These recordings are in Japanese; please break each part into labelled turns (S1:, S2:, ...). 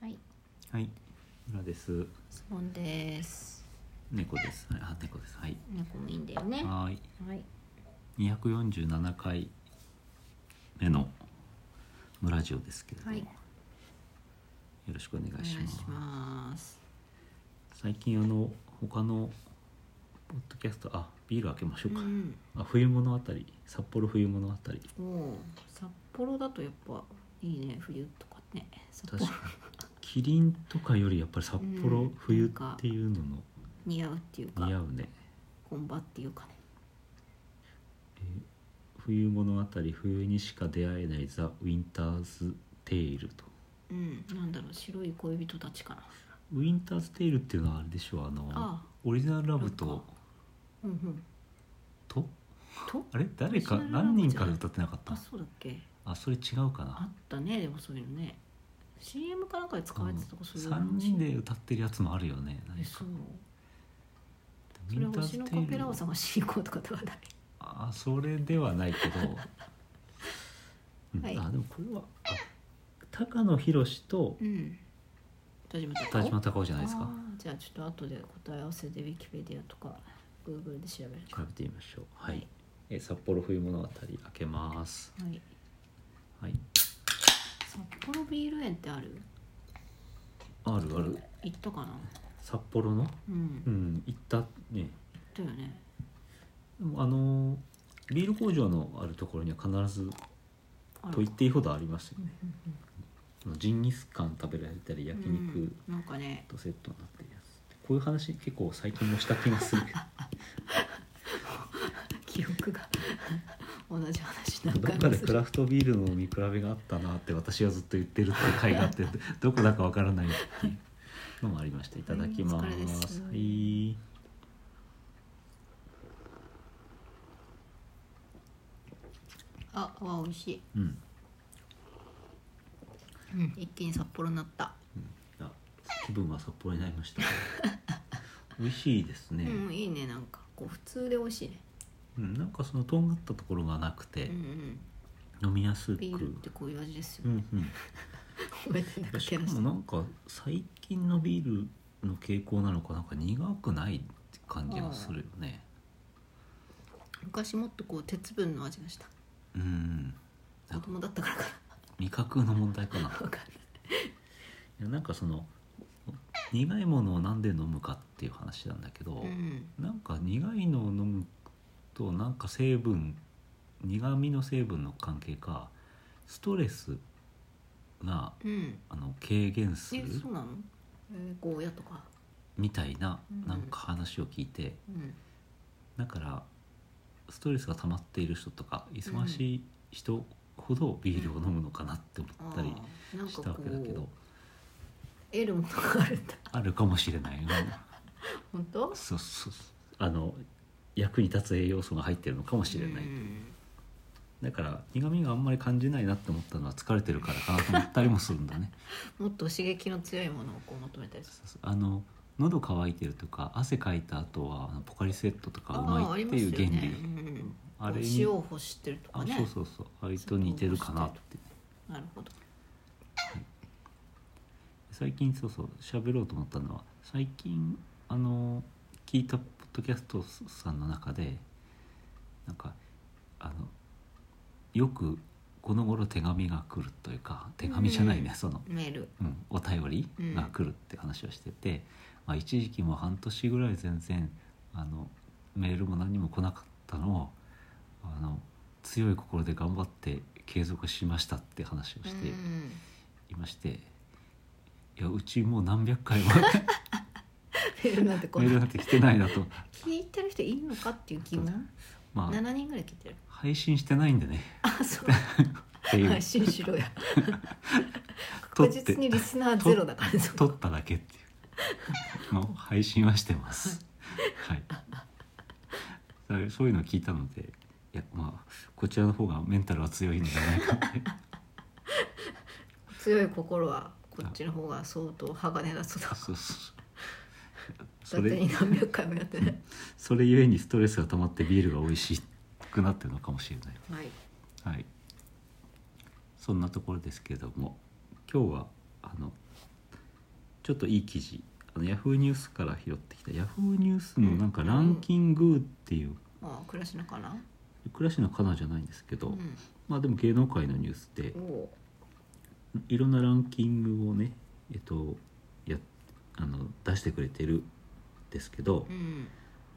S1: はい村です
S2: そうです
S1: 猫ですはいあ猫ですはい
S2: 猫もいいんだよねは
S1: はい
S2: い
S1: 247回目の村ジオですけれども、
S2: はい
S1: よろしくお願
S2: お
S1: いし
S2: 願い
S1: ます
S2: します
S1: 最近あの他のポッドキャストあビール開けましょう
S2: う
S1: か、
S2: ん
S1: あ冬物あたり札幌冬物あたり
S2: おう札幌だとやっぱいいね冬とかね札
S1: 確か
S2: 幌
S1: にキリンとかよりやっぱり札
S2: う
S1: 幌
S2: ん
S1: 冬っていうの
S2: 似合うっていう
S1: の
S2: か
S1: 似合うね、
S2: 本場っていうかね
S1: えー冬物あたり冬にしか出会えないザ・ウィンターズ・テイルと
S2: うんなんだろう白い恋人たちかな
S1: ウィンターズ・テイルっていうのはあれでしょうあの
S2: ああ
S1: オリジナルラブ
S2: ラブ
S1: と
S2: かうんうん
S1: と
S2: と
S1: あれ誰か
S2: オリジナルラ
S1: 何
S2: ブじゃない
S1: 人かで歌ってなかった
S2: あそうだっけ
S1: あそれ違うか
S2: あ
S1: な
S2: ったねでもそういうのね CM かなんかで使われてたとこそういう話
S1: 3人で歌ってるやつもあるよね何
S2: え
S1: か
S2: そう
S1: ウ
S2: それ
S1: ィ
S2: は
S1: ンターズ・
S2: 星の
S1: テ
S2: カ
S1: イ
S2: ペ
S1: ル
S2: ラを探しに行こうとかではない
S1: あそれではない けど、うん
S2: はい
S1: あでもこれはあ高野宏と
S2: うん田島
S1: 田
S2: 隆夫
S1: 島隆夫じゃないです
S2: あ
S1: か
S2: ーじゃあちょっと後で答え合わせでウィキペディアとか Google で調べる
S1: 調べてみましょうはい、え札幌冬物語開けます
S2: はい
S1: はい
S2: 札幌ビール園ってある
S1: あるある
S2: 行ったかな
S1: 札幌の
S2: うん
S1: う
S2: 行っ
S1: ん行ったね
S2: たよね
S1: でもあのービール工場のあるところには必ず
S2: ある
S1: と言っていいほどありますよ
S2: うん
S1: ねジンギスカン食べられたり焼
S2: うんうん
S1: 肉
S2: うんなんかね
S1: とセットになってるやつこういう話結構最近もした気が するけど
S2: 記憶が 同じ話なん
S1: どっかでクラフトビールの見比べがあったなって私はずっと言ってるって回があって どこだかわからないっていうのもありましたいただきま
S2: お疲れですす
S1: はい
S2: あわ美味しい、
S1: うん
S2: うん、一気に札幌になった、
S1: あ気分は札幌にな りました美味しいですね、
S2: うんいいねなんかこう普通で美味しいね
S1: うん、なんかそのとんがったところがなくて
S2: うんう、ん
S1: 飲みやすく
S2: ビールってこういう味ですよ
S1: う
S2: ね、
S1: んうん
S2: ごめんねなんか
S1: し
S2: け
S1: か
S2: なし
S1: もなんか最近のビールの傾向なのかなんか苦くないって感じがするよね
S2: 昔もっとこう鉄分の味がした
S1: うん
S2: 子供だったからか
S1: 味覚の問題か
S2: な
S1: な
S2: わかんない
S1: いやなんかその苦いものをなんで飲むかっていう話なんだけど、
S2: うん
S1: なんか苦いのを飲むとなんか成分苦味の成分の関係かストレスが
S2: うん
S1: あの軽減す
S2: え
S1: る
S2: そうなのえーゴーヤとか
S1: みたいな
S2: うん
S1: なんか話を聞いて
S2: うん
S1: だからストレスが溜まっている人とか忙しい人ほどビールを飲むのかなって思
S2: あ
S1: ったり
S2: ーなん
S1: し
S2: か
S1: たわ
S2: こ
S1: けだけ
S2: う
S1: ど
S2: 得るものがあるんだ
S1: あるかもしれない。うん
S2: 本当
S1: そうそうそうあの役に立つ栄養素が入ってるのかもしれない、
S2: うん
S1: だから苦味があんまり感じないなって思ったのは疲れてるからかなと思ったりもするんだね
S2: もっと刺激の強いものをこう求めたりする
S1: そうそうあの喉乾いてるとか汗かいた後はあのポカリセットとかう
S2: あー
S1: ま
S2: あ
S1: い
S2: り
S1: って
S2: ます
S1: い
S2: よ
S1: う
S2: ね
S1: 原理
S2: うん
S1: あれに
S2: 塩を欲してると
S1: あ
S2: かね
S1: そうそうそうあれと似てるかなって
S2: なるほど
S1: 最近そうそう喋ろうと思ったのは最近あの聞いたポッドキャストさんの中でなんかあのよくこの頃手紙が来るというか手紙じゃないね、その、
S2: メール
S1: うん、お便りが来るって話をしてて、まあ、一時期もう半年ぐらい全然あのメールも何も来なかったのをあの強い心で頑張って継続しましたって話をして。
S2: うん
S1: いましていやうちもう何百 回も
S2: メールなんてこ
S1: メール
S2: れ
S1: なんて来てないなと
S2: 聞いてる人いるのかっていう疑問
S1: まあ
S2: 7人ぐらい聞いて る
S1: 配信してないんでね
S2: あそう
S1: っていう
S2: 配信し ろや
S1: 撮っ
S2: 確
S1: て
S2: 実にリスナーゼロだからね
S1: 撮っただけっていうのを配信はしてますはいそれそういうのを聞いたのでいやまあこちらの方がメンタルは強いんじゃないか って
S2: 強い心はこっちの方が相当鋼だそうだ
S1: そうそう
S2: だ
S1: そ
S2: って
S1: れ
S2: に何百回もやってね
S1: それゆえにストレスが溜まってビールが美味しくなってるのかもしれない
S2: はい
S1: はい。そんなところですけれども、今日はあのちょっといい記事あのヤフーニュースから拾ってきたヤフーニュースのなんかランキングっていう
S2: ああ暮らしのかな
S1: 倉科かなじゃないんですけど、
S2: うん
S1: まあでも芸能界のニュースで
S2: おお
S1: いろんなランキングをねえっとやあの出してくれてるんですけど、
S2: うん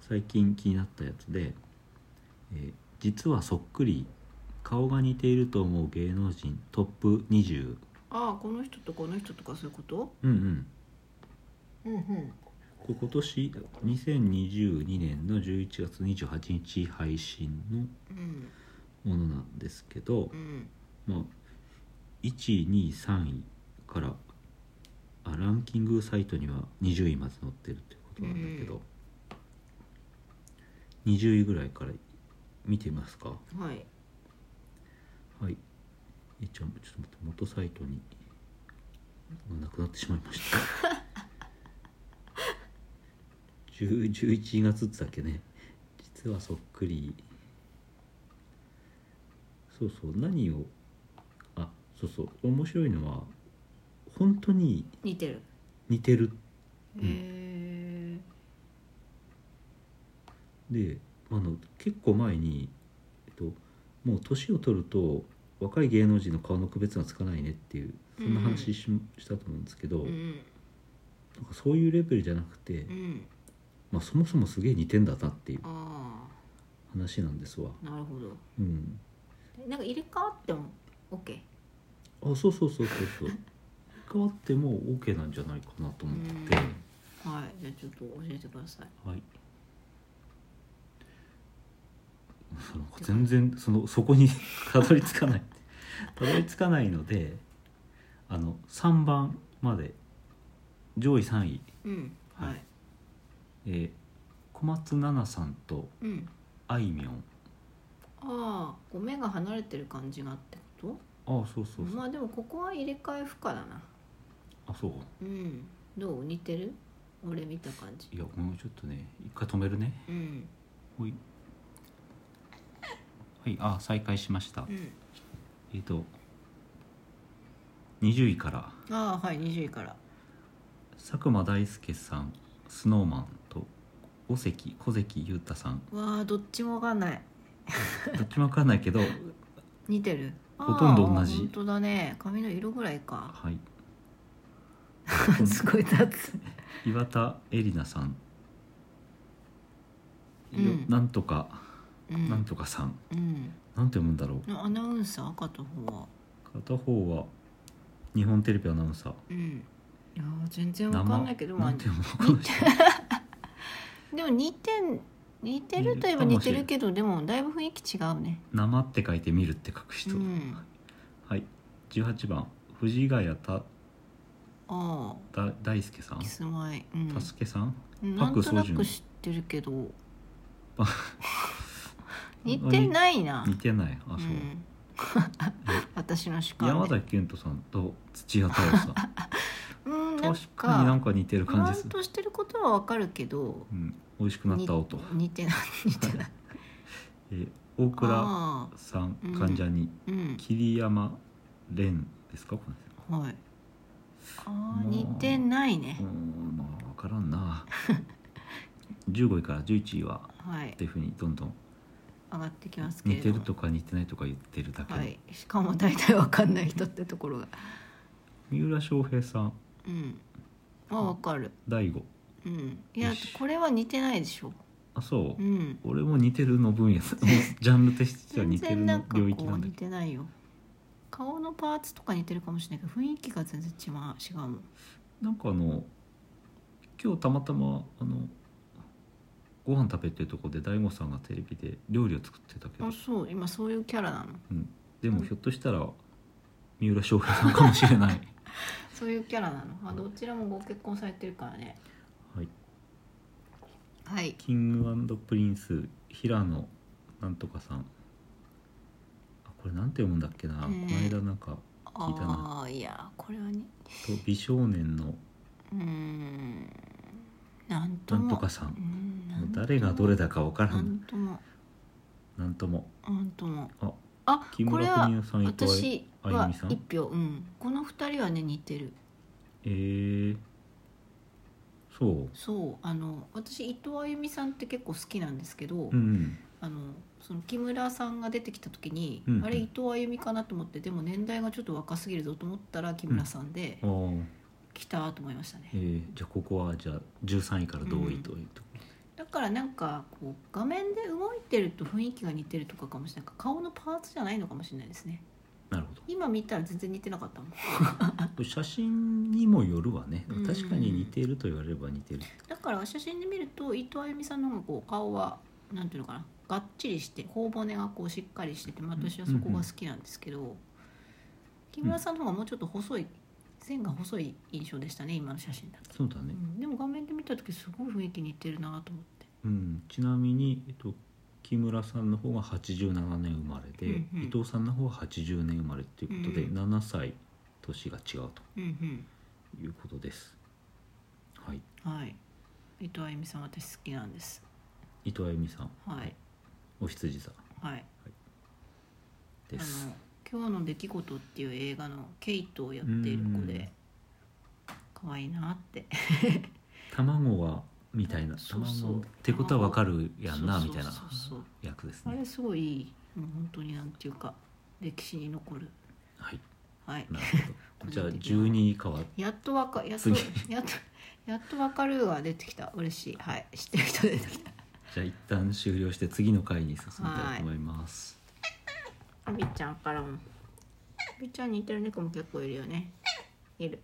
S1: 最近気になったやつで、えー実はそっくり顔が似ていると思う芸能人トップ20
S2: ああこの人とこの人とかそういうこと
S1: うんう
S2: う
S1: ん
S2: んうん
S1: これ今年2022年の11月28日配信
S2: うん
S1: のものなんですけど
S2: う、ん
S1: まあ、123位からあランキングサイトには20位まで載ってるってことなんだけど、20位ぐらいから見てみますか
S2: はい
S1: はいえちょちょっと待って元サイトになくなってしまいました 10 11月っつったっけね実はそっくりそうそう何をあそうそう面白いのは本当に
S2: 似てる
S1: 似てる
S2: へえ
S1: であの結構前に、えっと、もう年を取ると若い芸能人の顔の区別がつかないねっていうそんな話し,、したと思うんですけど、
S2: うん
S1: なんかそういうレベルじゃなくて、
S2: うん
S1: まあ、そもそもすげえ似てんだなっていう
S2: あ
S1: 話なんですわ。
S2: あなるほど
S1: うん、
S2: なんか入れ替わっても OK
S1: あそうそうそうそう そう変わっても OK なんじゃないかなと思って、
S2: はいじゃあちょっと教えてください
S1: はい。なんか 全然そのそこに たどり着かないたどり着かないのであの3番まで上位3位、
S2: うん
S1: はい
S2: はい
S1: えー小松菜奈さんと
S2: うん
S1: あいみょん
S2: ああこう目が離れてる感じがってこ
S1: ああそうそ
S2: と
S1: うそう
S2: まあでもここは入れ替え不可だな
S1: あそう
S2: うんどう似てる俺見た感じ
S1: いやもうちょっとね一回止めるね
S2: うん
S1: ほいはいあ再開しました
S2: うん
S1: えっ、と20位から
S2: ああはい20位から
S1: 佐久間大介さんスノーマンと五関小関裕太さん
S2: わあどっちもわかんない
S1: どっちもわかんないけど
S2: 似てる
S1: ほとんど同じ
S2: あー本当だね髪の色ぐらい か
S1: はい
S2: すごい立つ
S1: 岩田絵里奈さん、
S2: うん
S1: よなんとか、
S2: うん
S1: なんとかさん
S2: うん
S1: なんて読むんだろう
S2: アナウンサー片方は
S1: 片方は日本テレビアナウンサー
S2: うんいやー全然わかんないけどま
S1: な
S2: あ
S1: んて読むのこの人
S2: でも似てん似てるといえば似てるけどでもだいぶ雰囲気違うね
S1: 生って書いて見るって書く人、
S2: うん
S1: はい18番藤ヶ谷た
S2: あ
S1: だ大輔さん
S2: あキスマイ、うん
S1: たすけさん
S2: なんとな
S1: パクソジュ
S2: く
S1: ン
S2: 知ってるけ ど
S1: パ
S2: 似てないな
S1: 似てないあそうう、
S2: ん 私の主観
S1: 山
S2: で
S1: 崎賢人さんと土屋太鳳さん
S2: うんなん
S1: 確かになん
S2: か
S1: か似てる
S2: 不
S1: 感じで
S2: 安
S1: する、
S2: としてることはわかるけど
S1: うん、美味しくなった音
S2: に、似てない 似て ない
S1: えー大倉
S2: ああ
S1: さん
S2: うん
S1: 患者に、
S2: うん
S1: 桐山蓮ですかこの
S2: はいああ
S1: もう
S2: 似てないね
S1: 人うーんまあ分からんな 15位から11位は
S2: はい
S1: っていうふうにどんどん
S2: 上がってきますけれど
S1: 似て
S2: も
S1: るとか似てないとか言ってるだけで、
S2: はいしかも大体わかんない人ってところが
S1: 三浦翔平さん
S2: うんあわかる
S1: 大悟
S2: うんいや
S1: よし
S2: これは似てないでしょ
S1: あそ
S2: う
S1: う、
S2: ん
S1: 俺も似てるの 分野ジャンルとしては
S2: 全
S1: 似てる
S2: 然なん
S1: の
S2: かこ
S1: 領域な
S2: うん
S1: だ
S2: 似
S1: け
S2: て
S1: ど
S2: ないよ顔のパーツとか似てるかもしれないけど雰囲気が全然違う違うもん
S1: なんかあの今日たまたまあのご飯食べてるとこで大悟さんがテレビで料理を作ってたけど
S2: あ、そう今そういうキャラなの
S1: うん、でもひょっとしたら三浦翔平さんかもしれない
S2: そういうキャラなのあどちらもご結婚されてるからね
S1: はい
S2: はい
S1: キングプリンス平野なんとかさんあこれなんて読むんだっけな、
S2: うん
S1: この間なんか聞いたな
S2: ああいやこれはに
S1: と美少年の
S2: うーんなんと
S1: な
S2: も
S1: んとかさん
S2: う、ん
S1: もう誰がどれだかわから
S2: なんんとも
S1: なんとも
S2: なんとも
S1: あ
S2: あ
S1: 木
S2: これ
S1: 村
S2: は
S1: 文乃さん伊藤
S2: 私
S1: あゆ
S2: は
S1: みさん
S2: 一票うんこの二人はね似てる
S1: えー、そ
S2: そうあの私伊藤あゆみさんって結構好きなんですけど、
S1: ううん
S2: あのその木村さんが出てきた時に、
S1: うん
S2: あれ伊藤あゆみかなと思ってでも年代がちょっと若すぎるぞと思ったら木村さんで、
S1: あー
S2: 来たと思いましたね
S1: えーじゃあここはじゃあ13位から同位というとこ
S2: だからなんかこう画面で動いてると雰囲気が似てるとかかもしれない顔のパーツじゃないのかもしれないですね
S1: なるほど
S2: 今見たら全然似てなかったもん
S1: これ写真にもよるわね
S2: うん
S1: 確かに似ていると言われれば似てる
S2: だから写真で見ると伊藤あゆみさんの方がこう顔はなんていうのかながっちりして頬骨がこうしっかりしてて、まあ、
S1: うん
S2: 私はそこが好きなんですけど、木村さんの方がもうちょっと細い線が細い印象でしたね今の写真だと、
S1: そうだ
S2: う
S1: ね、
S2: んでも画面で見た時すごい雰囲気似てるなと思って
S1: うん、ちなみに、えっと、木村さんの方が87年生まれで、
S2: うんうん
S1: 伊藤さんの方は80年生まれということで、
S2: うん
S1: 7歳年が違うと
S2: うん
S1: いうことですはい
S2: うんはい伊藤あゆみさん私好きなんです
S1: 伊藤あゆみさん
S2: はい
S1: お羊座
S2: はい
S1: で
S2: あ
S1: す
S2: の「今日の出来事」っていう映画のケイトをやっている子で可愛いなって
S1: 卵はみたいな
S2: そうそう
S1: 卵ってことはわかるやんな
S2: そうそ
S1: み
S2: う
S1: たいな
S2: そうそう
S1: 役です
S2: あ
S1: ね
S2: れすごいいいもう本当になんていうか歴史に残る
S1: はい
S2: はい
S1: なるほ どじゃあ12以下は
S2: やっとわかやっと
S1: 次
S2: やっとやっとわかるが出てきた嬉しいはい知ってる人出てきた
S1: じゃあ一旦終了して次の回に進みたいと思います、
S2: あびちゃんからもあびちゃんに似てる猫も結構いるよねいる